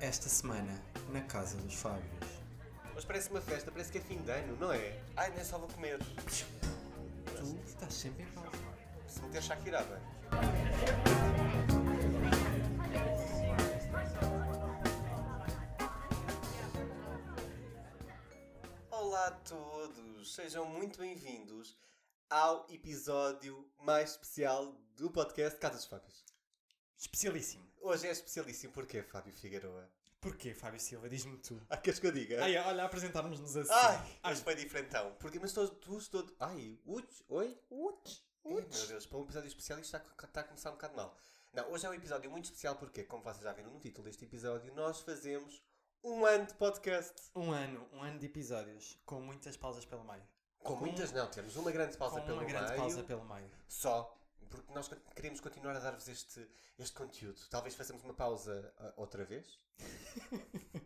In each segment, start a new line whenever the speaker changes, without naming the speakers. esta semana na casa dos Fábios.
Mas parece uma festa, parece que é fim de ano, não é? Ai, nem só vou comer.
Tu estás sempre em pau.
Se meter Shakirada. Olá a todos, sejam muito bem-vindos ao episódio mais especial do podcast Casa dos Fábios.
Especialíssimo.
Hoje é especialíssimo, porquê, Fábio Figueroa?
Porquê, Fábio Silva? Diz-me tu.
Ah, queres que eu diga?
Ai, olha, apresentarmos-nos assim.
Ai,
É. Ai,
mas foi diferentão. Porque, mas estou, tu estou. Ai, uts, oi? Uts,
uts.
Meu Deus, para um episódio especial isto está, a- está a começar um bocado mal. Não, hoje é um episódio muito especial porque, como vocês já viram no título deste episódio, nós fazemos um ano de podcast.
um ano, um ano de episódios, com muitas pausas pelo meio.
Com muitas não, temos uma grande pausa
com
pelo
uma grande
meio.
pausa pelo meio.
Só. Porque nós con- queremos continuar a dar-vos este, este conteúdo. Talvez façamos uma pausa ah, outra vez.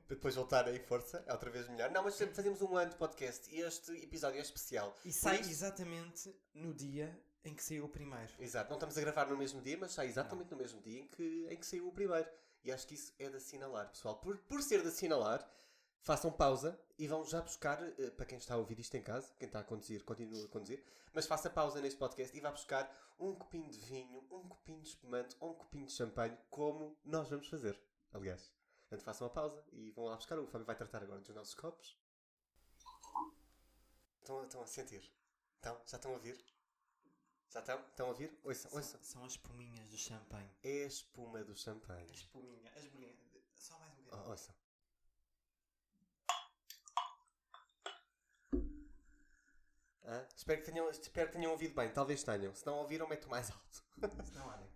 Depois voltar em força. É outra vez melhor. Não, mas fazemos um ano de podcast. E este episódio é especial.
E sai
isto-
exatamente no dia em que saiu o primeiro.
Exato, não estamos a gravar no mesmo dia, mas está exatamente no mesmo dia em que, em que saiu o primeiro. E acho que isso é de assinalar, pessoal. Por, por ser de assinalar, façam pausa e vão já buscar, eh, para quem está a ouvir isto em casa, quem está a conduzir, continua a conduzir, mas faça pausa neste podcast e vá buscar um copinho de vinho, um copinho de espumante ou um copinho de champanhe, como nós vamos fazer, aliás. Portanto, façam uma pausa e vão lá buscar. O Fábio vai tratar agora dos nossos copos. Estão, a- estão a sentir? Estão? Já estão a ouvir? Já estão? Estão a ouvir? Ouçam, ouçam.
São, são as espuminhas do champanhe.
É a espuma do champanhe.
A espuminha, as bolinhas. Só mais um bocadinho.
Oh, ouçam. Hã? espero, que tenham, espero que tenham ouvido bem, talvez tenham. Se não ouviram, meto mais alto.
Não, olha.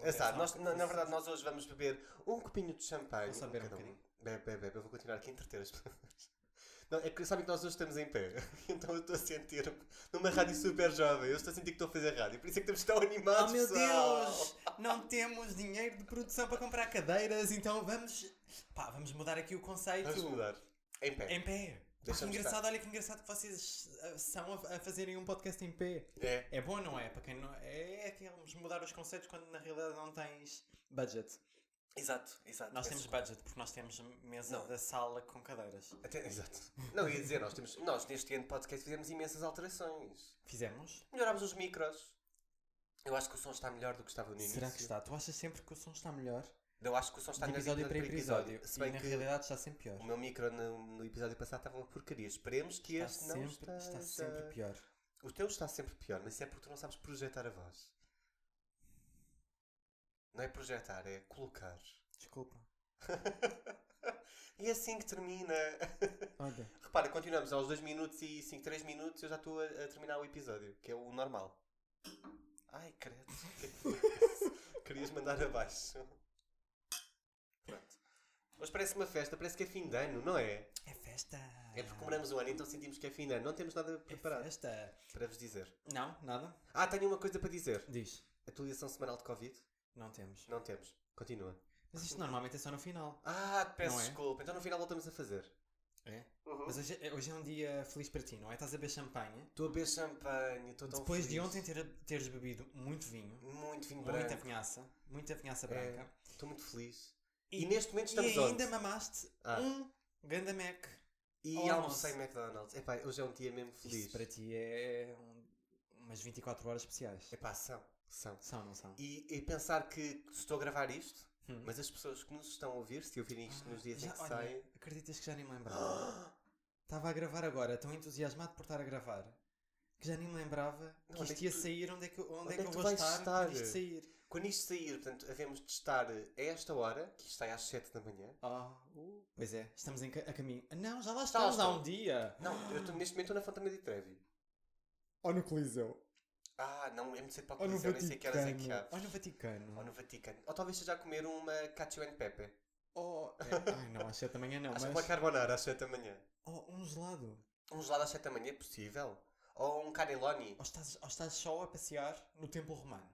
É, sabe, nós, na, na verdade, nós hoje vamos beber um copinho de champanhe.
Vou só beber um
cada
bocadinho.
Bebe, bebe, bebe, eu vou continuar aqui a entreter as pessoas. Não, é que sabem que nós hoje estamos em pé, então eu estou a sentir-me numa rádio super jovem. Eu estou a sentir que estou a fazer rádio, por isso é que estamos tão animados.
Oh meu
pessoal.
Deus! Não temos dinheiro de produção para comprar cadeiras, então vamos. Pá, vamos mudar aqui o conceito.
Vamos mudar. Em pé.
Em pé. Pá, que
Deixamos
engraçado, olha que engraçado que vocês ah, são a, a fazerem um podcast em pé.
É.
É bom, não é? Para quem não. É, é que vamos mudar os conceitos quando na realidade não tens budget.
Exato, exato.
Nós
É
temos
super-
budget porque nós temos mesa
Não.
da sala com cadeiras.
Até- exato. Não, ia dizer, nós, temos, nós neste ano de podcast fizemos imensas alterações.
Fizemos?
Melhorámos os micros. Eu acho que o som está melhor do que estava no início.
Será que está? Tu achas sempre que o som está melhor?
Eu acho que o som está
de
melhor
episódio
do
para
que
episódio.
Se
e
bem
na
que
realidade está sempre pior.
o meu micro no, no episódio passado estava uma porcaria. Esperemos que
Está
este não
sempre,
esteja.
está sempre pior.
O teu está sempre pior, mas isso é porque tu não sabes projetar a voz. Não é projetar, é colocar.
Desculpa.
E é assim que termina.
Olha.
Repara, continuamos aos 2 minutos e 5, 3 minutos eu já estou a, a terminar o episódio, que é o normal. Ai, credo. Querias mandar abaixo. Pronto. Hoje parece uma festa, parece que é fim de ano, não é?
É festa!
É porque comemoramos o ano, então sentimos que é fim de ano. Não temos nada
É
preparado
festa!
para vos dizer.
Não, nada?
Ah, tenho uma coisa para dizer.
Diz.
Atualização semanal de Covid?
Não temos.
Não temos. Continua.
Mas isto normalmente é só no final.
Ah, peço
Não é?
desculpa. Então no final voltamos a fazer.
É? Mas hoje, é- hoje é um dia feliz para ti, não é? Estás a beber champanhe.
Estou a beber champanhe, estou tão
Depois de
feliz.
ontem ter, teres bebido muito vinho,
Muito vinho
muita
branco.
vinhaça, muita vinhaça
É.
branca.
Estou muito feliz. E, neste momento estamos
e ainda
onde?
mamaste
Ah.
um ganda Mac.
E
ao
almocei em McDonald's. Epá, hoje é um dia mesmo feliz.
Isso para ti é um- umas 24 horas especiais.
Epá, são. São.
É São, não são?
E, e pensar que estou a gravar isto,
Hum.
mas as pessoas que nos estão a ouvir, se ouvirem isto nos dias
Ah, Já-
em que
olha, Ah,
saem...
Acreditas que já nem me lembrava? Estava a gravar agora, tão entusiasmado por estar a gravar, que já nem me lembrava
Não,
que
onde é
isto
que
ia
tu-
sair, onde é que, onde é que eu
é que tu
vou
vais
estar,
estar?
quando isto sair.
Quando isto sair, portanto, havemos de estar a esta hora, que isto sai às 7 da manhã.
Ah, uh, pois é, estamos em ca- a caminho. Ah, Não, já lá
Já
estamos há
estou.
um dia.
Não, eu estou- neste momento estou na Fontana de Trevi.
Ou no Coliseu.
Ah, não, é muito cedo para o
Ou no
Coliseu, nem sei que horas é que
Vaticano.
abre.
Ou no Vaticano.
Ou no Vaticano. Ou talvez seja a comer uma cacio and pepe.
Ou- é, ai não, às 7 da manhã não,
Acho
mas...
que uma carbonara às 7 da manhã.
Ou um gelado.
Um gelado às 7 da manhã é possível? Ou um caneloni?
Ou estás, ou estás só a passear no Templo Romano.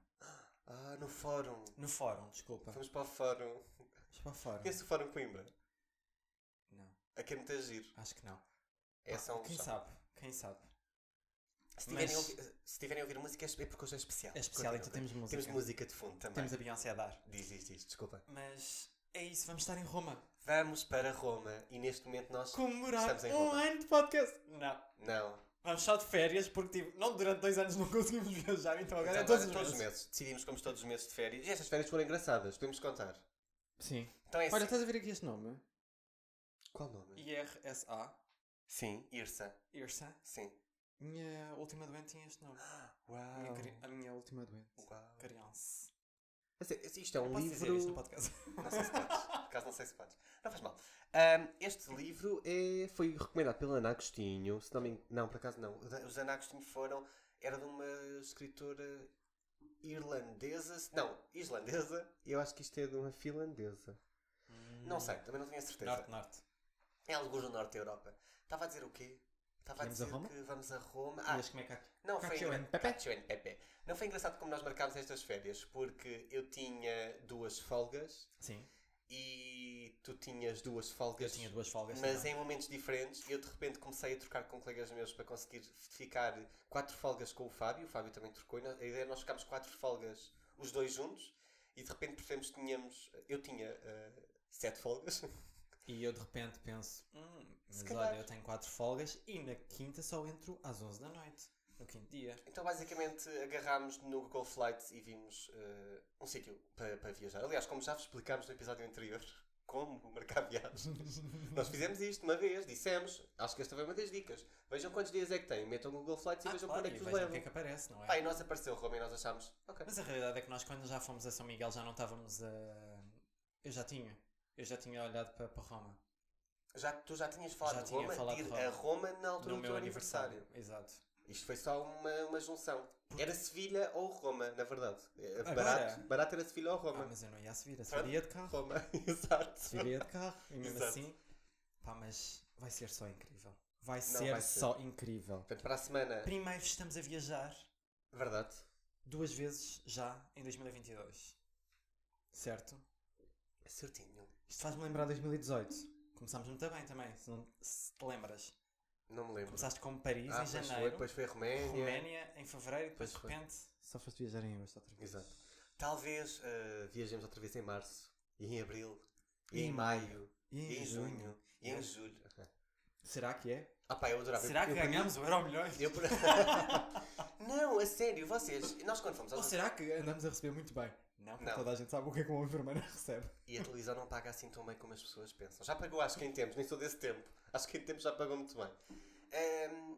Ah, no fórum.
No Fórum, desculpa.
Fomos para o fórum.
Mas para o Fórum.
Conhece o fórum Coimbra?
Não,
Aqui é muito giro.
acho que não.
É
Ah,
só um
Quem
show.
sabe, quem sabe.
Se tiverem, a
Mas-
ouvir, se tiverem a ouvir música é é porque hoje é especial.
É especial, então
Continua,
temos música.
continua. Temos música de fundo também.
Temos a Beyoncé a dar.
Diz, diz, diz, desculpa.
Mas é isso, vamos estar em Roma.
Vamos para Roma e neste momento nós.
Comemorar
Estamos em
um
Roma.
ano de podcast. Não.
Não.
Vamos só de férias, porque tipo, não, durante dois anos não conseguimos viajar, então agora é
Então,
todos, os meses.
Decidimos que vamos todos os meses de férias. E estas férias foram engraçadas, podemos contar.
Sim.
Então é assim.
Olha, estás a ver aqui este nome?
Qual nome?
IRSA.
Sim, Irsa.
IRSA.
Sim.
Minha última doente tinha este nome. A minha
Uau.
cri- A minha última doente.
Uau.
Criança.
Mas é- Isto é um
Posso dizer
livro.
isto no podcast?
Não sei se podes. Por acaso não sei se podes. Não faz mal. Ahm, este livro é, foi recomendado pela Ana Agostinho. Se não, me engano, não, por acaso não. O da- Os Ana Agostinho foram. Era de uma escritora irlandesa. se- Não, islandesa. E eu acho que isto é de uma finlandesa. Hum, Não sei, também não tenho a certeza.
Norte, norte.
É alguns do norte da Europa. Estava a dizer o quê? Estava a
Vamos
dizer
a Roma?
que vamos a Roma. Ah,
Mas como é que há-
não foi,
Cacio
engra-
and Pepe?
Cacio and Pepe. não foi engraçado como nós marcámos estas férias, porque eu tinha duas folgas
Sim.
e tu tinhas duas folgas,
Eu tinha duas folgas. é?
mas é-
também.
em momentos diferentes. Eu de repente comecei a trocar com colegas meus para conseguir ficar quatro folgas com o Fábio. O Fábio também trocou. e nós- A ideia é nós ficámos quatro folgas, os dois juntos, e de repente percebemos que tínhamos. Eu tinha eh, sete folgas.
E eu de repente penso, hum, mas
Se calhar.
olha, eu tenho quatro folgas e na quinta só entro às 11 da noite. No quinto dia.
Então, basicamente, agarrámos no Google Flights e vimos eh, um sítio para, para viajar. Aliás, como já vos explicámos no episódio anterior, como marcar viagens. Nós fizemos isto uma vez, dissemos. Acho que esta foi uma das dicas. Vejam quantos dias é que têm, metam no Google Flights e vejam para
claro,
onde é
e
que vos
vejam o que é
levam.
que aparece, não é?
Ah, e nós apareceu Roma e nós achámos. Ok.
Mas a realidade é que nós quando já fomos a São Miguel já não estávamos a... Eu já tinha. Eu já tinha olhado para, para Roma.
Já, tu já tinhas falado
Já
de
tinha
Roma,
falado
de ir
de Roma.
a Roma na altura
No
do
meu
teu aniversário.
aniversário. Exato.
Isto foi só uma, uma junção. Era Sevilha ou Roma, na verdade. Eh,
Agora?
Barato, barato era Sevilha ou
Ah,
Roma.
mas eu não ia a subir. A subir ia de carro.
Roma, exato.
Seria de carro. E mesmo
Exato.
assim, pá, mas vai ser só incrível. Vai
Não,
ser
vai ser.
só incrível.
Portanto, para a semana.
Primeiro estamos a viajar
Verdade.
duas vezes já em 2022. Certo?
É Certinho.
Isto faz-me lembrar 2018. Começámos muito bem também, se, não, se te lembras.
Não me lembro.
Começaste com Paris em
Ah, pois foi,
janeiro,
depois foi a Roménia.
Roménia em fevereiro, depois de
Pois foi.
repente só foste viajar em agosto outra vez.
Exato. Talvez eh, viajemos outra vez em março, e em abril, e,
E
em
em
maio,
E
e em junho, e
É.
em julho.
Será que é?
Ah pá, eu adorava.
Será
Eu-
que
eu-
ganhamos o Euro Milhões?
eu- não, a sério, vocês. Nós quando fomos
Ou
aos...
será que andamos a receber muito bem? Não, porque
Não.
toda a gente sabe o que é que uma enfermeira recebe.
E a televisão não paga assim tão bem como as pessoas pensam. Já pagou, acho que em tempos, nem sou desse tempo. Acho que em tempos já pagou muito bem. Ahm,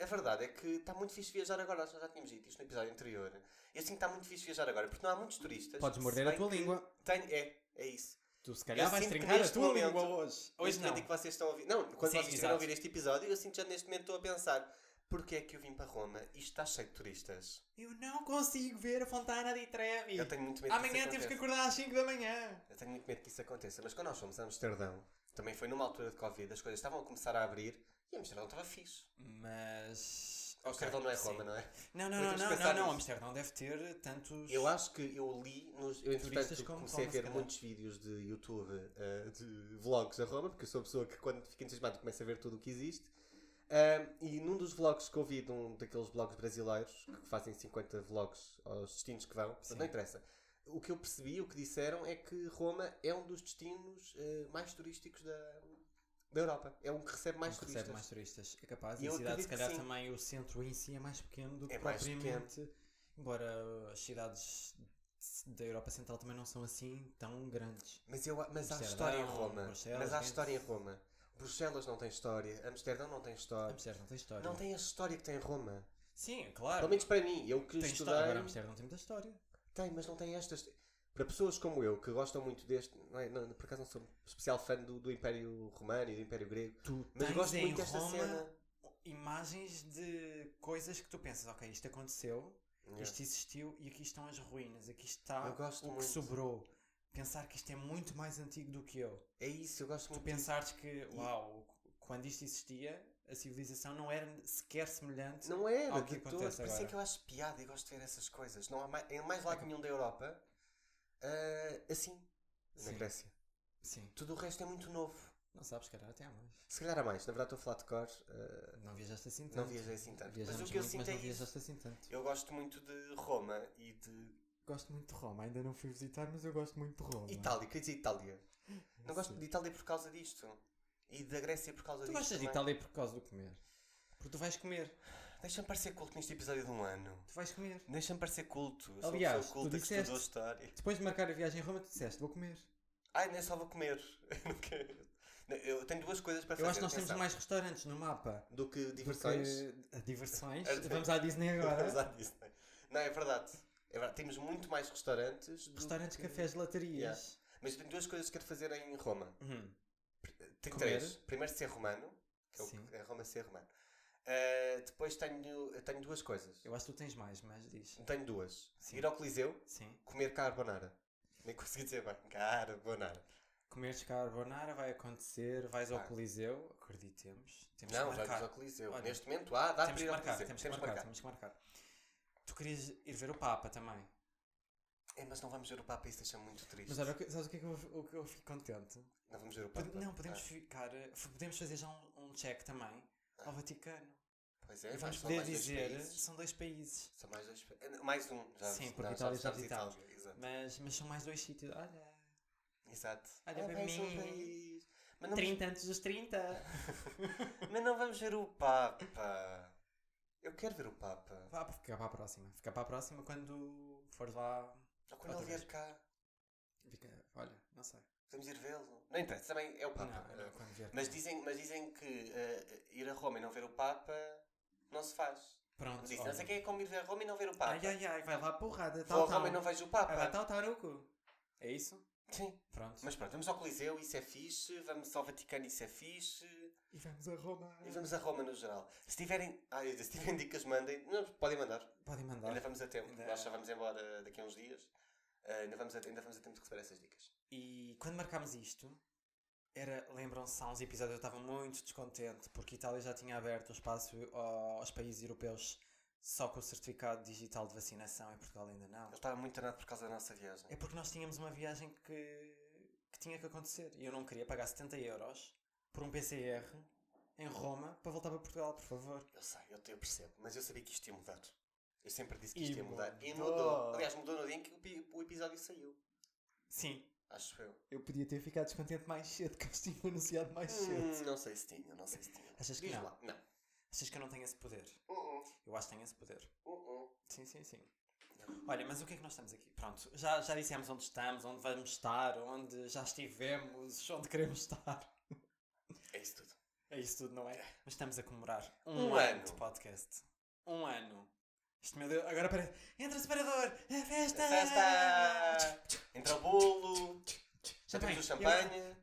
a verdade é que está muito fixe viajar agora. Nós já tínhamos dito isto no episódio anterior. Eu sinto que está muito fixe viajar agora, porque não há muitos turistas.
Podes
se
morder a
bem
tua
que
língua.
Tenho, é, é isso.
Tu se calhar
Eu
vais
sinto que
trincar a
neste
tua
momento-
língua hoje.
Hoje
Hoje
não.
não.
que vocês estão a ouvir. Não, quando
Sim,
vocês estiverem a
exato.
ouvir este episódio, eu sinto já neste momento estou a pensar: porquê é que eu vim para Roma? Isto está cheio de turistas.
Eu não consigo ver a Fontana de Trevi.
Eu tenho muito medo que isso
Amanhã temos
aconteça.
que acordar às 5 da manhã.
Eu tenho muito medo que isso aconteça. Mas quando nós fomos a Amsterdão, também foi numa altura de Covid, as coisas estavam a começar a abrir e Amsterdão estava fixe.
Mas.
Amsterdão
Ok,
não é
sim.
Roma, não é?
Não, não,
Mas
não,
temos
não,
que
não,
pensar
não.
nisso.
Amsterdão deve ter tantos.
Eu acho que eu li, nos, eu
Turistas
entretanto tipo,
como
comecei a
Roma,
ver
se calhar.
muitos vídeos de YouTube eh, de vlogs a Roma, porque eu sou a pessoa que quando fica entusiasmado começa a ver tudo o que existe. Ahm, e num dos vlogs que eu vi, de um daqueles blogs brasileiros que fazem 50 vlogs aos destinos que vão,
Sim.
não interessa. O que eu percebi, o que disseram, é que Roma é um dos destinos eh, mais turísticos da, da Europa. É um que recebe mais
Não
turistas.
recebe mais turistas. É capaz.
E
E
eu
a cidade,
acredito
se
que
calhar,
sim.
também o centro em si é mais pequeno do que
É mais
propriamente. Embora uh, as cidades da Europa Central também não são assim tão grandes.
Mas, eu, mas há
Amsterdão,
história em Roma.
Bruxelas,
mas há
Ghent.
história em Roma. Bruxelas não tem história, Amsterdão não tem história.
Amsterdão tem história.
Não tem a história que tem Roma.
Sim, claro.
Pelo menos para mim, eu que
Tem
estudei.
história. Agora Amsterdão tem muita história.
Tem, mas não tem estas. Para pessoas como eu, que gostam muito deste. Não é, não, por acaso não sou especial fã do, do Império Romano e do Império Grego.
Tu
Mas
tens
gosto
em
muito desta
Roma
cena.
imagens de coisas que tu pensas, ok, isto aconteceu,
Yeah.
isto existiu e aqui estão as ruínas, aqui está
Eu gosto
o que
muito.
sobrou. Pensar que isto é muito mais antigo do que eu.
É isso, eu gosto
Tu
muito.
pensares que, uau, quando isto existia, a civilização não era sequer semelhante.
Não era,
Ao que
de todo.
acontece
Por isso é
agora. É
que eu acho piada e gosto de ver essas coisas. Não há mais, em mais lado nenhum da Europa. ah, assim. Na
Sim.
Grécia.
Sim.
Tudo o resto é muito novo.
Não sabes, cara, até há mais.
Se calhar há mais. Na verdade, estou a falar de cor. ah,
Não viajaste assim tanto.
não viajei assim tanto.
Viajamos
mas o que eu
muito,
sinto
mas
é
não
isso.
viajaste assim tanto.
Eu gosto muito de Roma e de
Gosto muito de Roma, ainda não fui visitar, mas eu gosto muito de Roma.
Itália, queria dizer Itália. Não gosto de Itália por causa disto. E da Grécia por causa
Tu
disto.
gostas de
também.
Itália por causa do comer. Porque tu vais comer.
Deixa-me parecer culto neste episódio de um ano.
Tu vais comer.
Deixa-me parecer culto. Eu
Aliás,
sou uma pessoa culta
tu
que estudou
disseste-
história.
Depois de marcar a viagem a Roma, tu disseste, vou comer.
Ai, nem só vou comer. Eu não quero. Não, Eu tenho duas coisas para fazer.
Eu acho que nós temos
atenção.
mais restaurantes no mapa.
Do que
Porque- eh,
diversões.
Diversões?
Era-
Vamos à Disney agora.
Apesar disso, não é? Não, é verdade. É verdade. Temos muito mais restaurantes. do
Restaurantes,
que-
cafés, latarias.
Mas tenho duas coisas que quero fazer em Roma.
Uhum.
Tenho
Comer.
três. Primeiro ser romano, que é, o
Sim.
que é Roma ser romano. Ah, depois tenho, tenho duas coisas.
Eu acho que tu tens mais, mas diz.
Tenho duas.
Sim.
Ir ao Coliseu,
Sim.
comer carbonara. Nem consegui dizer bem. Carbonara.
Comeres carbonara vai acontecer, vais ao
Ah.
Coliseu, acreditemos. Temos
não,
que
já
marcar.
vamos ao Coliseu.
Olha,
Neste momento há, dá
temos
para
que
ir ao
marcar,
Coliseu.
temos que marcar, temos que marcar. Tu querias ir ver o Papa também.
É, mas não vamos ver o Papa, isso deixa muito triste.
Mas olha, o que- sabes o que é que eu, o que eu fico contente?
Não vamos ver o
Pod-
Papa.
não, podemos
Ah,
ficar. eh, f- Podemos fazer já um, um check também ao Vaticano.
pois é,
e vamos
Ah. só
poder
mais dois
dizer.
países.
São dois países.
Só mais dois. pa- eh, Mais um. Já
Sim,
já-
porque
já-
Itália
já
já
vimos
visitámos.
Itália, Exato.
Mas, mas são mais dois sítios. Olha.
Exato.
Olha para
mais um
mim.
país. Mas não,
30 antes dos 30.
mas não vamos ver o Papa. Eu quero ver o Papa.
Vá, fica para a próxima. Fica para a próxima quando fores lá.
Ou
Outra
quando ele vier
vez.
cá,
Fica, olha, não sei.
podemos ir vê-lo. Não interessa, também é o
Não,
Papa.
não,
Ah,
quando vier.
Mas
cá.
dizem, mas dizem que eh, ir a Roma e não ver o Papa não se faz.
Pronto.
Dizem,
olha.
não sei quem é como ir ver a Roma e não ver o Papa.
Ai, ai, ai, vai lá a porrada.
Vou
Tal,
a
tal.
Roma e não vejo o
Vai lá
Papa.
tal, taruco. É isso?
Sim.
Pronto.
Mas pronto, vamos ao Coliseu, isso é fixe. Vamos ao Vaticano, isso é fixe.
E vamos a Roma.
E vamos a Roma no geral. Se tiverem, ai, se tiverem dicas, mandem. Não, podem mandar.
Podem mandar.
Ainda vamos a tempo.
Ainda-
Nós já vamos embora daqui a uns dias. Ah, ainda, vamos a, ainda vamos a tempo de receber essas dicas.
E quando marcámos isto, era, lembram-se, há uns episódios eu estava muito descontente porque a Itália já tinha aberto o espaço ao- aos países europeus só com o certificado digital de vacinação e Portugal ainda não.
Ele estava muito danado por causa da nossa viagem.
É porque nós tínhamos uma viagem que, que tinha que acontecer e eu não queria pagar 70 euros por um PCR em Roma para voltar para Portugal, por favor.
Eu sei, eu, eu percebo, mas eu sabia que isto ia mudar. Eu sempre disse que
E
isto ia mudar. E
mudou.
mudou. Aliás, mudou no dia em que o, pi- o episódio saiu.
Sim,
Acho eu.
eu podia ter ficado descontente mais cedo, que eles tinham anunciado mais cedo.
Hum, não sei se tinha, não sei se tinha.
Achas É que
Diz
não?
lá. Não.
Achas que eu não tenho esse poder?
Uh-uh,
Eu acho que tenho esse poder.
uh-uh.
Sim, sim, sim. Olha, mas o que é que nós estamos aqui? Pronto, já, já dissemos onde estamos, onde vamos estar, onde já estivemos, onde queremos estar.
É isso tudo.
É isso tudo, não é? Mas estamos a comemorar um,
Um
ano.
ano.
de podcast. Um ano. Isto, meu Deus, agora parece. Entra separador! É festa!
Festa! Entra o bolo. Já
Champanhe.
temos o champanhe.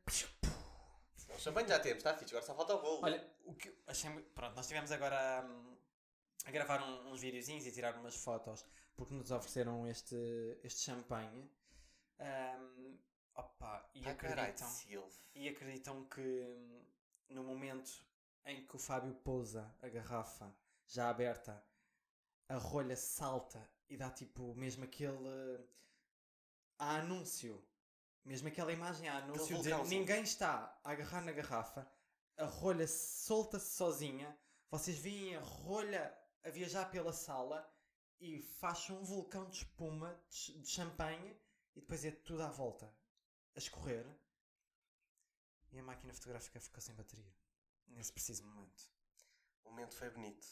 Não, o champanhe já temos, está fixe. Agora só falta o bolo.
Olha, o que eu achei muito... Pronto, nós estivemos agora hum, a, gravar um- uns videozinhos e tirar umas fotos porque nos ofereceram este, este champanhe. Hum, opa, e
Pá, caralho,
acreditam.
Ah, Silvio.
E acreditam que hum, no momento em que o Fábio pousa a garrafa já aberta, a rolha salta e dá tipo mesmo aquele eh, a anúncio, mesmo aquela imagem a anúncio de
vulcãozinho.
ninguém está a agarrar na garrafa, a rolha solta-se sozinha, vocês veem a rolha a viajar pela sala e faz um vulcão de espuma, de de champanhe e depois é tudo à volta a escorrer e a máquina fotográfica ficou sem bateria nesse preciso momento.
O momento foi bonito.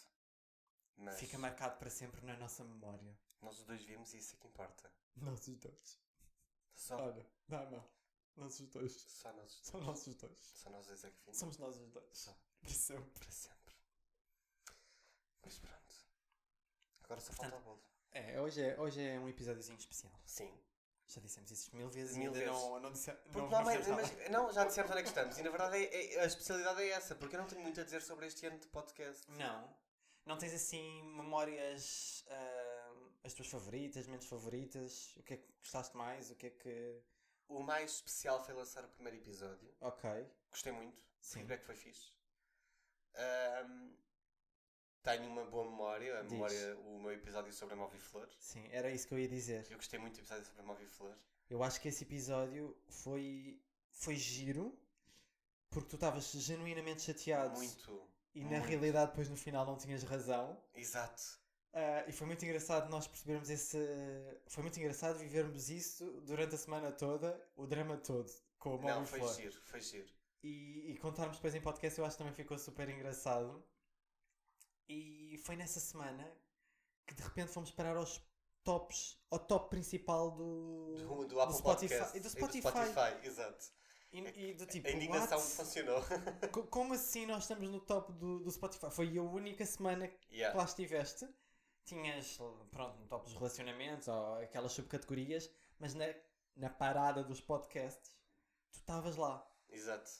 Mas
Fica marcado para sempre na nossa memória.
nós os dois vimos e isso é que importa.
Nós os dois.
Só,
dá a mão. Nós os dois.
só nós os
São
dois.
nós os dois.
Só nós dois é que vimos.
Somos nós os dois. Para sempre.
Para sempre. Mas pronto. Agora só
Portanto,
falta o bolo.
É, hoje é, hoje é um episódiozinho especial.
Sim.
Já dissemos isso mil vezes
Mil
e ainda
vezes.
não, não dissemos.
Porque não, há mais- mas- não, já dissemos onde é que estamos. E na verdade é- é- a especialidade é essa. Porque eu não tenho muito a dizer sobre este ano de podcast.
Não. Não tens assim memórias. ah, as tuas favoritas, menos favoritas? O que é que gostaste mais? O que é que.
O mais especial foi lançar o primeiro episódio.
Ok.
Gostei muito.
Sim.
O feedback foi fixe. Ahm, tenho uma boa memória. A
Diz.
memória, o meu episódio sobre a Móvel Flor.
Sim, era isso que eu ia dizer.
Eu gostei muito do episódio sobre a Móvel Flor.
Eu acho que esse episódio foi, foi giro porque tu estavas genuinamente chateado
Muito.
e na
É muito.
realidade depois no final não tinhas razão.
Exato.
Ah, e foi muito engraçado nós percebermos esse. Foi muito engraçado vivermos isso durante a semana toda, o drama todo. com o
Não,
Móvel
foi
Flor.
giro, foi giro.
E, e contarmos depois em podcast, eu acho que também ficou super engraçado. E foi nessa semana que de repente fomos parar aos tops, ao top principal do,
Do, do Apple
Spotify.
Podcast
E do
e
Spotify.
Spotify, exato.
E, e do tipo,
a indignação
what?
funcionou.
Co- Como assim nós estamos no top do, do Spotify? Foi a única semana que
Yeah.
lá estiveste. Tinhas, pronto, no top dos relacionamentos ou aquelas subcategorias, mas na, na parada dos podcasts, tu estavas lá.
Exato.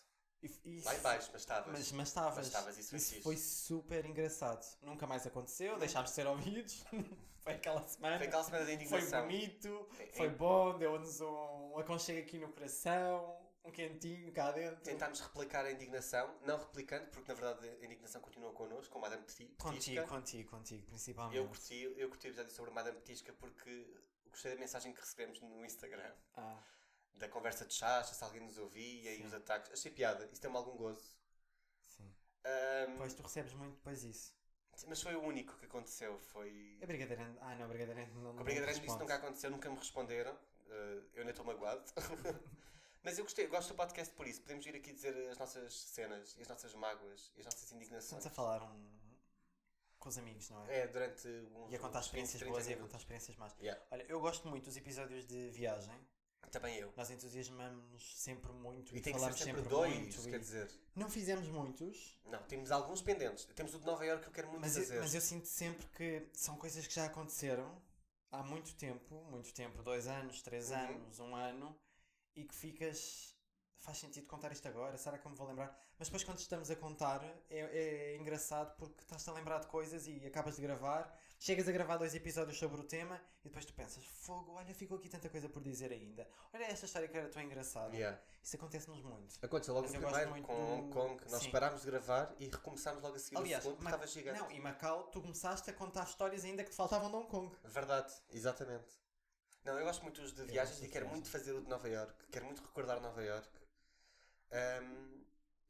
E, e
Lá em baixo, mas estavas.
Mas, mas estavas.
Mas estavas, isso é fixe.
foi super engraçado. Nunca mais aconteceu, deixámos de ser ouvidos. foi aquela semana.
Foi aquela semana da
Foi
indignação.
bonito,
É, é.
foi bom, deu-nos um aconchego aqui no coração, um quentinho cá dentro.
Tentámos replicar a indignação, não replicando, porque na verdade a indignação continua connosco, com Madame Peti- Petisca.
Contigo, contigo, contigo, principalmente.
Eu curti, eu curti o episódio sobre Madame Petisca porque gostei da mensagem que recebemos no Instagram.
Ah,
Da conversa de chacha, se alguém nos ouvia e
Sim.
os ataques. Achei piada, isso tem-me algum gozo.
sim.
Ahm,
Pois tu recebes muito depois isso.
mas foi o único que aconteceu. Foi.
A Brigadeira. Ah, não, a Brigadeira não.
Com a brincadeira
não
disso
responde.
nunca aconteceu, nunca me responderam. eh, eu ainda estou magoado. Mas eu gostei, eu gosto do podcast por isso. Podemos vir aqui dizer as nossas cenas, e as nossas mágoas, e as nossas indignações.
Estamos a falar um... com os amigos, não é?
É, durante uns.
E a contar
uns 20,
experiências
30
boas e a
minutos.
contar experiências más.
Yeah.
Olha, eu gosto muito dos episódios de viagem.
Também eu.
Nós entusiasmamos sempre muito
E
e,
tem que ser
falamos
sempre,
sempre,
dois,
muito.
quer
e-
dizer.
Não fizemos muitos,
Não, temos alguns pendentes. Temos o de Nova Iorque que eu quero muito
mas
fazer.
eu, mas eu sinto sempre que são coisas que já aconteceram há muito tempo muito tempo dois anos, três
Uhum.
anos, um ano e que ficas. Faz sentido contar isto agora? Será que eu me vou lembrar? Mas depois, quando estamos a contar, é, é engraçado porque estás a lembrar de coisas e acabas de gravar. Chegas a gravar dois episódios sobre o tema e depois tu pensas: fogo, olha, ficou aqui tanta coisa por dizer ainda. Olha esta história que era tão engraçada.
Yeah.
Isso acontece-nos muito.
Aconteceu logo
Mas
no
eu gosto
primeiro
muito
com Hong
do-
Kong. Nós
Sim.
parámos de gravar e recomeçámos logo a seguir
Aliás,
o segundo,
Ma-
porque estava gigante.
Não, e Macau, tu começaste a contar histórias ainda que te faltavam de Hong Kong.
Verdade, exatamente. Não, eu gosto muito dos de viagens
gosto
e
de
quero
viagens.
muito fazer o de Nova York. Quero muito recordar Nova York.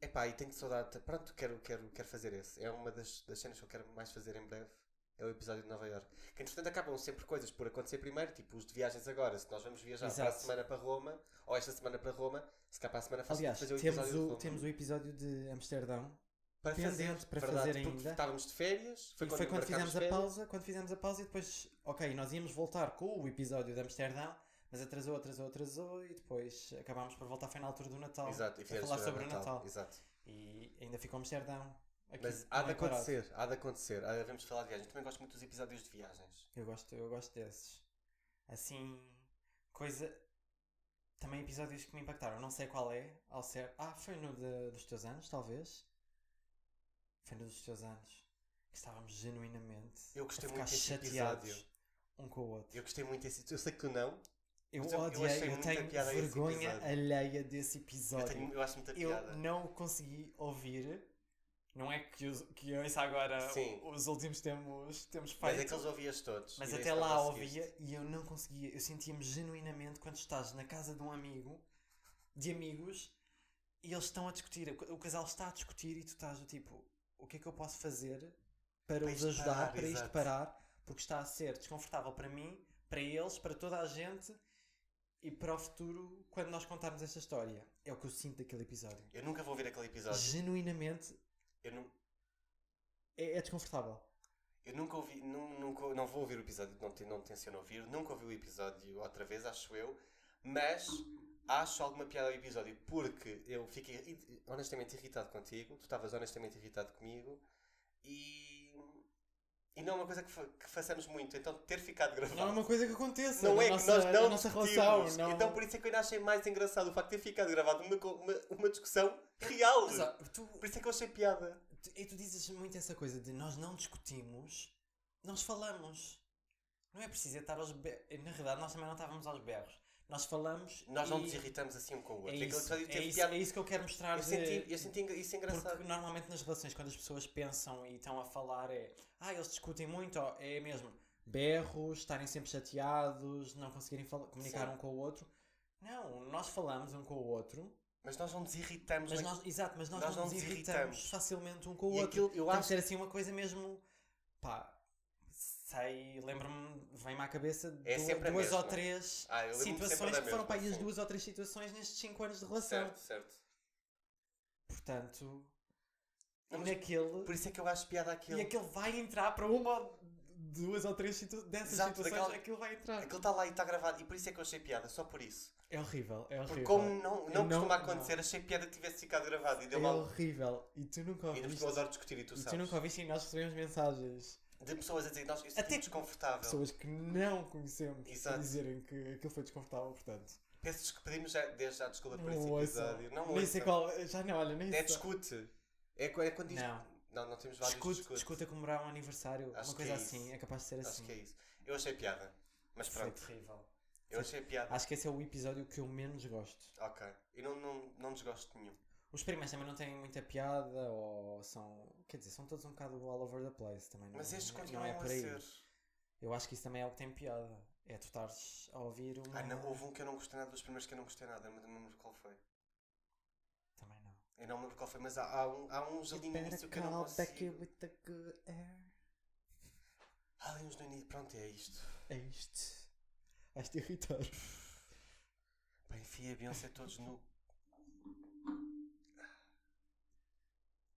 epá, e tenho saudade. Pronto, quero, quero, quero fazer esse. É uma das, das cenas que eu quero mais fazer em breve. É o episódio de Nova York. Que entretanto acabam sempre coisas por acontecer primeiro, tipo os de viagens agora. Se nós vamos viajar para a
Exato.
semana para Roma, ou esta semana para Roma, se cá para a semana faz
Aliás,
fazer é o
temos
episódio de
o,
Roma.
temos o episódio de Amsterdão
para
pendente para
verdade,
fazer
porque
ainda.
Estávamos de férias, foi
e
quando,
foi quando
marcámos
fizemos a
férias.
pausa, quando fizemos a pausa e depois, ok, nós íamos voltar com o episódio de Amsterdão, mas atrasou, atrasou, atrasou e depois acabámos por voltar, foi na altura do Natal.
Exato, e
a
fizemos
falar sobre o Natal.
Exato.
E ainda ficou Amsterdão. aqui,
Mas há de
meio parado.
acontecer, há de acontecer. Há de havermos de falar de viagens. Também gosto muito dos episódios de viagens.
Eu gosto, eu gosto desses. Assim, coisa. Também episódios que me impactaram. Não sei qual é, ao ser. Ah, foi no de- dos teus anos, talvez. Foi no dos teus anos. Que estávamos genuinamente
Eu gostei
a ficar
muito desse
chateados
episódio.
um com o outro.
Eu gostei muito desse. Eu sei que tu não.
Eu,
mas eu- eu
odiei,
achei
eu,
muita
tenho
piada a esse
vergonha
episódio.
alheia desse
Eu,
episódio.
tenho, eu acho muita
Eu,
piada.
não o consegui ouvir. Não é que, os, que eu ouça agora
Sim.
os últimos temos, temos feito.
Mas é que eles ouvias todos.
Mas
e daí
até
não
lá
conseguiste.
ouvia e eu não conseguia. Eu sentia-me genuinamente quando estás na casa de um amigo, de amigos, e eles estão a discutir. O casal está a discutir e tu estás do tipo: o que é que eu posso fazer para,
Para
os
isto
ajudar,
parar,
para isto
exato.
parar? Porque está a ser desconfortável para mim, para eles, para toda a gente e para o futuro quando nós contarmos esta história. É o que eu sinto daquele episódio.
Eu nunca vou ver aquele episódio.
Genuinamente
Eu, nu-
é, é desconfortável.
eu nunca ouvi. nu- Nunca, não vou ouvir o episódio, não, te- não tenciono ouvir. Nunca ouvi o episódio outra vez, acho eu. Mas acho alguma piada ao episódio porque eu fiquei i- honestamente irritado contigo. Tu estavas honestamente irritado comigo. E. E não é uma coisa que, fa- que façamos muito, então ter ficado gravado.
Não é uma coisa que aconteça.
Não
na
é que
nossa-
nós
na
não
nossa
discutimos.
relação. Não...
Então por isso é que eu ainda achei mais engraçado o facto de ter ficado gravado uma, co- uma, uma discussão real.
Mas, ó, tu,
Por isso é que eu achei piada.
Tu- E tu dizes muito essa coisa de nós não discutimos, nós falamos. Não é preciso é estar aos berros. Na verdade, nós também não estávamos aos berros. Nós falamos.
Nós
e
não nos irritamos assim um com o outro.
É
Aquele
isso,
episódio
é,
teve
isso,
piada.
é isso que eu quero mostrar. de-
Eu senti, eu senti engra- isso é engraçado.
Porque normalmente nas relações, quando as pessoas pensam e estão a falar, é. Ah, eles discutem muito, ó, é mesmo. Berros, estarem sempre chateados, não conseguirem fala- comunicar
Sim.
um com o outro. Não, nós falamos um com o outro,
Mas nós não nos irritamos.
mas
na-
nós, exato, mas nós,
nós
não nos
nos
irritamos,
irritamos.
facilmente um com o
E
outro.
aquilo,
Tem
eu
que
acho.
ser assim uma coisa mesmo. Pá, sei, lembro-me, vem-me à cabeça
É
du-
sempre a
duas ou
mesma.
três
Ah, eu lembro-me sempre
situações
da
que foram
mesma,
para aí as
sim.
duas ou três situações nestes cinco anos de relação.
Certo, certo.
Portanto, e
Não, mas
naquele.
Por isso é que eu acho piada
E
aquele.
aquele vai entrar para uma, ou duas ou três situ- dessas
Exato,
situações,
daquela-
aquilo vai entrar.
Aquele está tá lá e está gravado. E por isso é que eu achei piada, só por isso.
É horrível, é
Porque
horrível.
como não, não
Eu não-
costuma acontecer, achei piada que tivesse ficado gravado. E
É
deu mal.
horrível. E tu nunca
E nos
ouviste.
duas horas discutir e tu
E tu
sabes.
nunca ouviste e nós recebemos mensagens
De pessoas a dizer, nós, isso
Até
é
que-
desconfortável.
pessoas que não conhecemos a
Exato.
dizerem que aquilo foi desconfortável, portanto.
Peço desculpa, pedimos já, desde já desculpa por
não
esse
ouçam.
episódio. Não
nem sei
ouçam.
qual. Já não, olha, nem
É
sei.
discute. É, co- é quando diz.
Não.
não, não temos vários
Discute,
discute.
discute a comemorar um aniversário,
Acho
uma
que
coisa
é isso.
assim, é capaz de ser
Acho
assim.
que é isso. Eu achei piada. Mas
Foi
pronto,
terrível.
eu achei piada.
Acho que esse é o episódio que eu menos gosto.
Ok. Eu não, não, não desgosto de nenhum.
Os primeiros também não têm muita piada, ou são. Quer dizer, são todos um bocado all over the place também. Não,
Mas estes
não, não
continuam
é por
a
aí.
ser.
Eu acho que isso também é o que tem piada. É tu estares a ouvir uma.
Ah, não, houve um que eu não gostei nada, dos primeiros que eu não gostei nada, mas eu não me lembro qual foi.
Também não.
Eu não me lembro qual foi, mas há, há, um, há uns ali no início que eu não consigo. Há ali uns no início. Pronto, é isto.
É isto. Vais-te irritar.
Bem, enfia a Beyoncé todos no.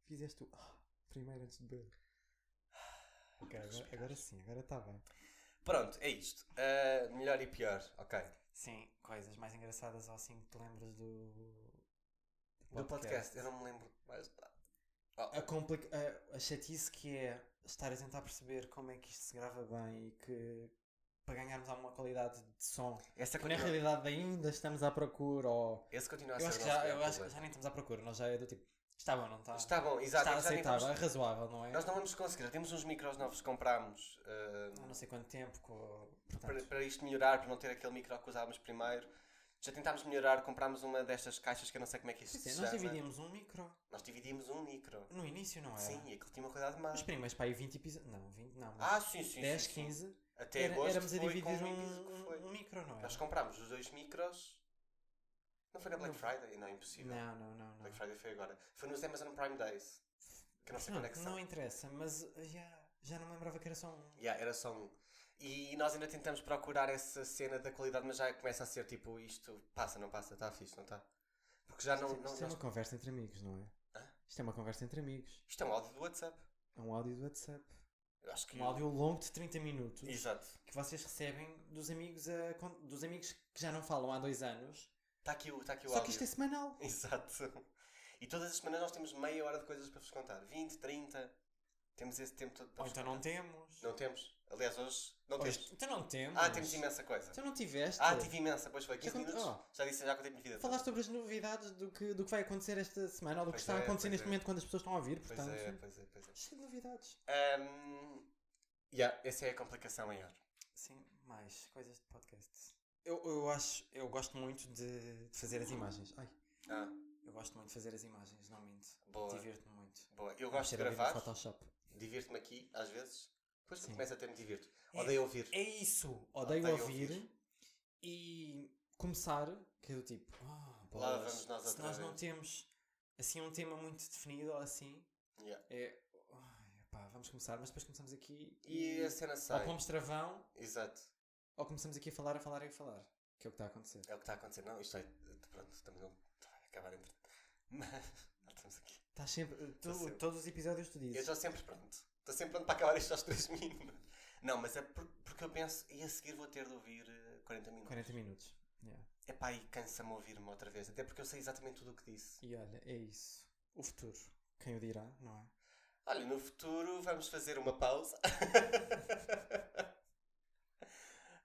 Fizeste o. Ah, primeiro antes de beber. Ok, agora, agora sim, agora está bem.
Pronto, é isto. Ah, melhor e pior. Ok.
Sim, coisas mais engraçadas ou assim que te lembras do.
Do podcast, eu não me lembro mais. Ah,
a, complica- a, a chatice que é estar a tentar perceber como é que isto se grava bem e que para ganharmos alguma qualidade de som.
Essa
Quando na
continua-
é realidade ainda estamos à procura ou...
Esse continua
eu
a ser
acho
o
que
nosso
já, eu
maior
acho que
problema.
já nem estamos à procura, nós já é do tipo, está bom, não está?
Está bom, exato.
Está
já nem vamos-
aceitável, é razoável, não é?
Nós não vamos conseguir, já temos uns micros novos que comprámos ah,
Há não sei quanto tempo, co-
para,
portanto,
para isto melhorar, para não ter aquele micro que usávamos primeiro. Já tentámos melhorar, comprámos uma destas caixas que eu não sei como é que isto
quer
se
dizer,
chama.
nós dividimos um micro
Nós dividimos um micro.
no início, não é?
Sim, e aquilo tinha uma qualidade má.
Os primeiros para aí 20 episódios, não, 20 não, mas
Ah, sim, sim.
10,
sim, sim.
15,
Até
era-
agosto
éramos a
foi com
dividir
um episódio que
um,
foi.
um micro, não é?
Nós comprámos os dois micros. Não foi na Black
Não.
Friday? Não, é impossível.
Não, não, não, não.
Black Friday foi agora. Foi nos Amazon Prime Days. Que não sei quando é que
não
são.
interessa, mas uh, já, já não me lembrava que era só um.
Yeah, era só um. E nós ainda tentamos procurar essa cena da qualidade, mas já começa a ser tipo isto passa, não passa, está fixe, não está? Porque já não.
isto,
não
isto é
nós-
uma conversa entre amigos, não é?
Hã?
Isto é uma conversa entre amigos.
Isto é um áudio do WhatsApp.
É um áudio do WhatsApp.
Eu acho que.
Um áudio longo de 30 minutos
Exato.
que vocês recebem dos amigos, a con- dos amigos que já não falam há dois anos.
Está aqui, o- tá aqui o
só
áudio.
que isto é semanal.
Exato. E todas as semanas nós temos meia hora de coisas para vos contar. 20, 30. Temos esse tempo todo para
Ou
vos
então não temos.
Não temos. Aliás, hoje não
Ou
temos.
isto- então não temos.
Ah, temos imensa coisa.
Então não tiveste.
Ah, tive imensa, pois foi.
Já
15
cont-
minutos.
oh.
Já disse, já contei a minha vida. toda.
Falaste sobre as novidades do que, do que vai acontecer esta semana ou do que
Pois
está a
é,
acontecer
pois
neste
é.
momento quando as pessoas estão a ouvir,
Pois
portanto.
é, pois é, pois é.
Cheio de novidades.
Ahm, yeah, essa é a complicação maior.
Sim, mais coisas de podcast. Eu, eu acho, eu gosto muito de, de fazer as imagens. Ai,
Ah,
eu gosto muito de fazer as imagens, não minto.
boa.
Divirto-me muito.
Boa, eu gosto de
Mexer ali no
gravar,
Photoshop.
divirto-me aqui, às vezes, depois
Sim.
começo até a me divertir.
É-
Odeio ouvir.
É isso! Odeio
Odeio
ouvir,
ouvir.
e começar, que é do tipo, ah,
Lá
bolas,
vamos nós
se
outra
nós não
vez."
temos assim um tema muito definido ou assim,
Yeah.
é ai, pá, vamos começar, mas depois começamos aqui
E a cena
ou
sai.
pomos travão
Exato.
ou começamos aqui a falar, a falar e a falar. Que é o que está a acontecer.
É o que está a acontecer. Não, isto vai. Pronto, também não vai acabar entre. Mas. Não estamos aqui.
Estás sempre. eh, tu-
sempre.
Todos os episódios tu dizes.
Eu estou sempre pronto. Estou sempre pronto para acabar isto aos 3 minutos. Não, mas é por- porque eu penso, e a seguir vou ter de ouvir eh, 40 minutos.
40 minutos. Yeah.
É pá, e cansa-me ouvir-me outra vez. Até porque eu sei exatamente tudo o que disse.
E olha, é isso. O futuro. Quem o dirá, não é?
Olha, no futuro vamos fazer uma pausa.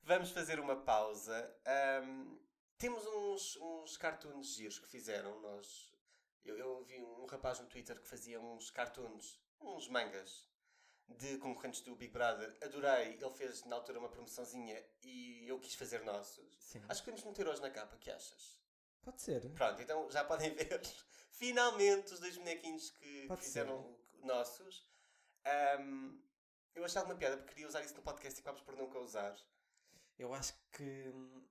vamos fazer uma pausa. Ahm, temos uns, uns cartoons giros que fizeram. Nós, eu, eu vi um rapaz no Twitter que fazia uns cartoons, uns mangas, de concorrentes do Big Brother. Adorei. Ele fez na altura uma promoçãozinha e eu quis fazer nossos.
Sim.
Acho que podemos meter hoje na capa, que achas?
Pode ser.
Pronto, então já podem ver finalmente os dois bonequinhos que
Pode
fizeram
ser.
o- o- nossos. Ahm, eu achei alguma piada porque queria usar isso no podcast e acabamos por nunca usar.
Eu acho que hum,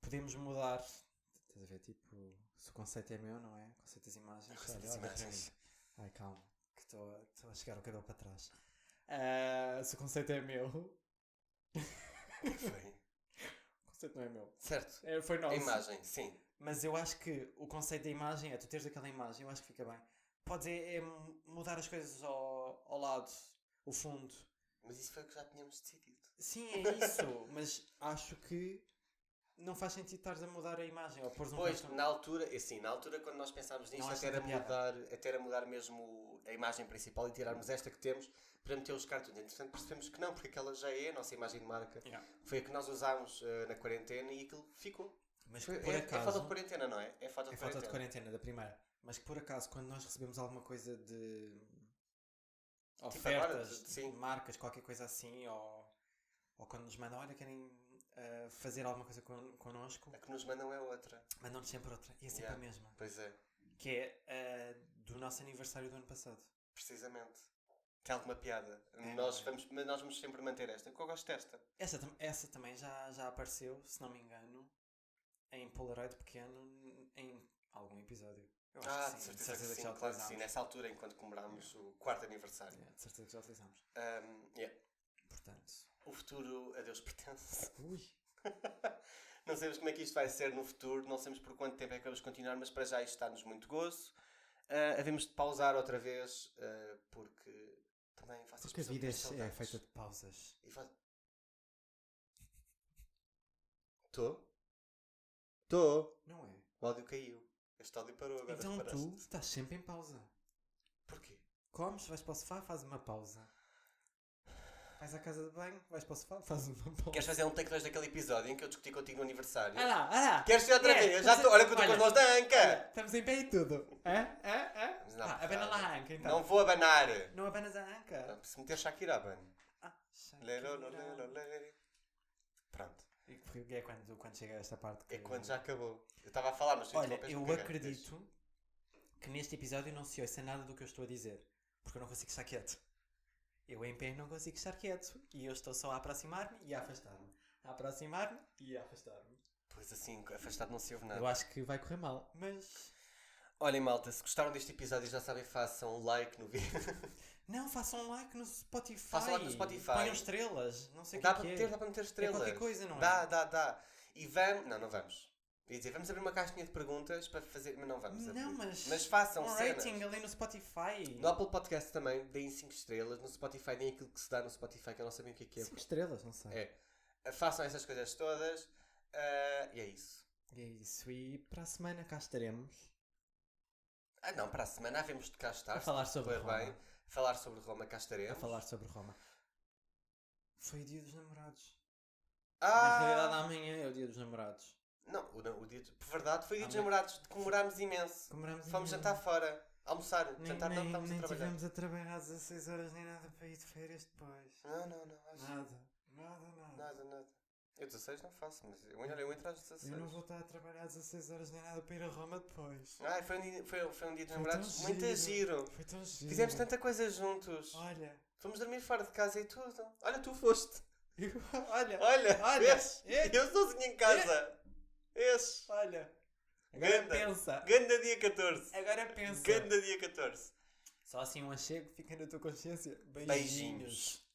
podemos mudar. Estás a ver? Tipo, se o conceito é meu, não é? O conceito das imagens.
O conceito
olha,
das
olha para
imagens.
mim. Ai, calma. Que estou a- estou a chegar o cabelo para trás. Ah, se o conceito é meu. O
Foi.
conceito não é meu.
Certo.
É, foi
A
nosso.
imagem, sim.
Mas eu acho que o conceito da imagem é tu teres aquela imagem, eu acho que fica bem. Podes é, é mu- mudar as coisas ao, ao lado, o fundo.
Mas isso foi o que já tínhamos decidido.
Sim, é isso, mas acho que não faz sentido estares a mudar a imagem ou pôres um
Pois,
cartão.
na altura, assim, na altura quando nós pensámos nisto,
acho
até era,
tanta
mudar, até era mudar mesmo a imagem principal e tirarmos esta que temos para meter os cartoons. Entretanto, percebemos que não, porque aquela já é a nossa imagem de marca.
Yeah.
Foi a que nós usámos eh, na quarentena e aquilo ficou.
Mas que
Foi-
por
é, é
acaso.
foto de quarentena, não é? É foto de
É falta
quarentena.
de quarentena, da primeira. Mas que por acaso, quando nós recebemos alguma coisa de
Tipo, agora,
ofertas,
de- sim.
de marcas, qualquer coisa assim, ou, ou quando nos mandam, olha, querem ah, fazer alguma coisa con connosco,
A que nos mandam é outra.
mandam-nos sempre outra. E é sempre
Yeah.
a mesma.
Pois é,
Que é ah, do nosso aniversário do ano passado.
precisamente. Tem alguma piada.
É,
nós,
não é?
vamos, mas nós vamos sempre manter esta. que eu gosto desta.
Essa, tam- essa também já, já apareceu, se não me engano, em Polaroid pequeno, em algum episódio. Eu acho
Ah,
que
de
sim,
certeza, que sim,
já
claro que né? sim.
utilizámos.
Nessa altura, enquanto comemorámos o quarto aniversário.
É, de certeza que já utilizámos.
Um, yeah.
Portanto,
O futuro a Deus pertence.
ui.
Não sabemos como é que isto vai ser no futuro, não sabemos por quanto tempo é que vamos continuar, mas para já isto está-nos muito gozo. Ah, havemos de pausar outra vez, ah, porque também vocês
Porque a
precisam
vida
ter
é, é
saudades.
feita de pausas.
E faz... Tô? Tô?
Não é?
O áudio caiu. Este áudio parou agora.
Então
reparaste?
tu estás sempre em pausa.
Porquê?
Comes, vais para o sofá, fazes uma pausa. Vais à casa de banho, vais para o sofá, fazes uma pausa.
Queres fazer um take 2 daquele episódio em que eu discuti contigo no aniversário?
Ah lá, ah lá!
Queres ser outra
É,
vez? Eu
tu
Já
dizes-
tô... Olha que eu estou com
olha,
as mãos da
olha,
anca!
Estamos em pé e tudo. Hã? Hã? Hã?
Vamos lá,
Ah, abana lá a anca então.
Não vou abanar! Ah,
Não, abanas a anca.
Se meter Shakira, abano.
Ah,
Lero, lero,
Shakira.
lero, lero. Pronto.
E que é quando, quando chega a esta parte que...
É quando já acabou. Eu estava a falar, mas tipo tu
Hum. Olha,
interrompeste-me,
eu
cagante.
acredito que neste episódio não se ouça nada do que eu estou a dizer, porque eu não consigo estar quieto. Eu em pé não consigo estar quieto e eu estou só a aproximar-me e a afastar-me. A aproximar-me e a afastar-me.
Pois assim, afastado não se ouve nada.
Eu acho que vai correr mal, mas.
Olhem, malta, se gostaram deste episódio, já sabem, façam um like no vídeo.
Não, façam um like no Spotify.
Façam like no Spotify.
Ponham estrelas, não sei o que
dá
é
para
que é.
meter, dá para meter estrelas.
qualquer coisa, não é?
Dá, dá, dá. E vamos. Não, não vamos. Ia dizer, vamos abrir uma caixinha de perguntas para fazer. Mas não vamos abrir.
Não, mas.
Mas façam
um
cenas.
rating ali no Spotify.
No Apple Podcast também, deem 5 estrelas. No Spotify, deem aquilo que se dá no Spotify, que eu não sabia o que é que é.
Cinco estrelas, não sei.
É. Façam essas coisas todas. ah, e é isso.
E é isso. E para a semana cá estaremos.
Ah, não, para a semana havemos de cá estar.
A falar
se
sobre
correr
Roma.
bem. Falar sobre Roma, cá estaremos.
a falar sobre Roma. Foi o dia dos namorados. Na realidade,
Ah!
amanhã é o dia dos namorados.
Não, o, não, o dia. de- Por verdade, foi o dia dos
Amanhã.
namorados. Comemorámos imenso.
Comemoramos
Fomos
amanhã.
jantar fora, almoçar,
Nem,
jantar não,
nem,
estávamos
nem
a trabalhar.
tivemos a trabalhar às 16 horas nem nada para ir de férias depois.
Ah, Não, não, não, acho-
Nada, nada, nada.
nada, nada. Eu 16 não faço, mas eu, olha, eu entro às 16.
Eu não vou estar a trabalhar às 16 horas nem nada para ir a Roma depois.
Ai, foi um dia, foi, foi um dia de
Foi
namorados
tão
muito
giro.
giro.
Foi tão giro.
Fizemos tanta coisa juntos.
Olha,
Fomos dormir fora de casa e tudo. Olha, tu foste.
eu- olha,
Olha,
Olha,
vês?
é.
Eu sozinho em casa. Esse.
olha. Agora
Ganda.
pensa,
Ganda dia 14.
agora pensa.
Ganda dia 14.
Só assim um achego fica na tua consciência.
Beijinhos.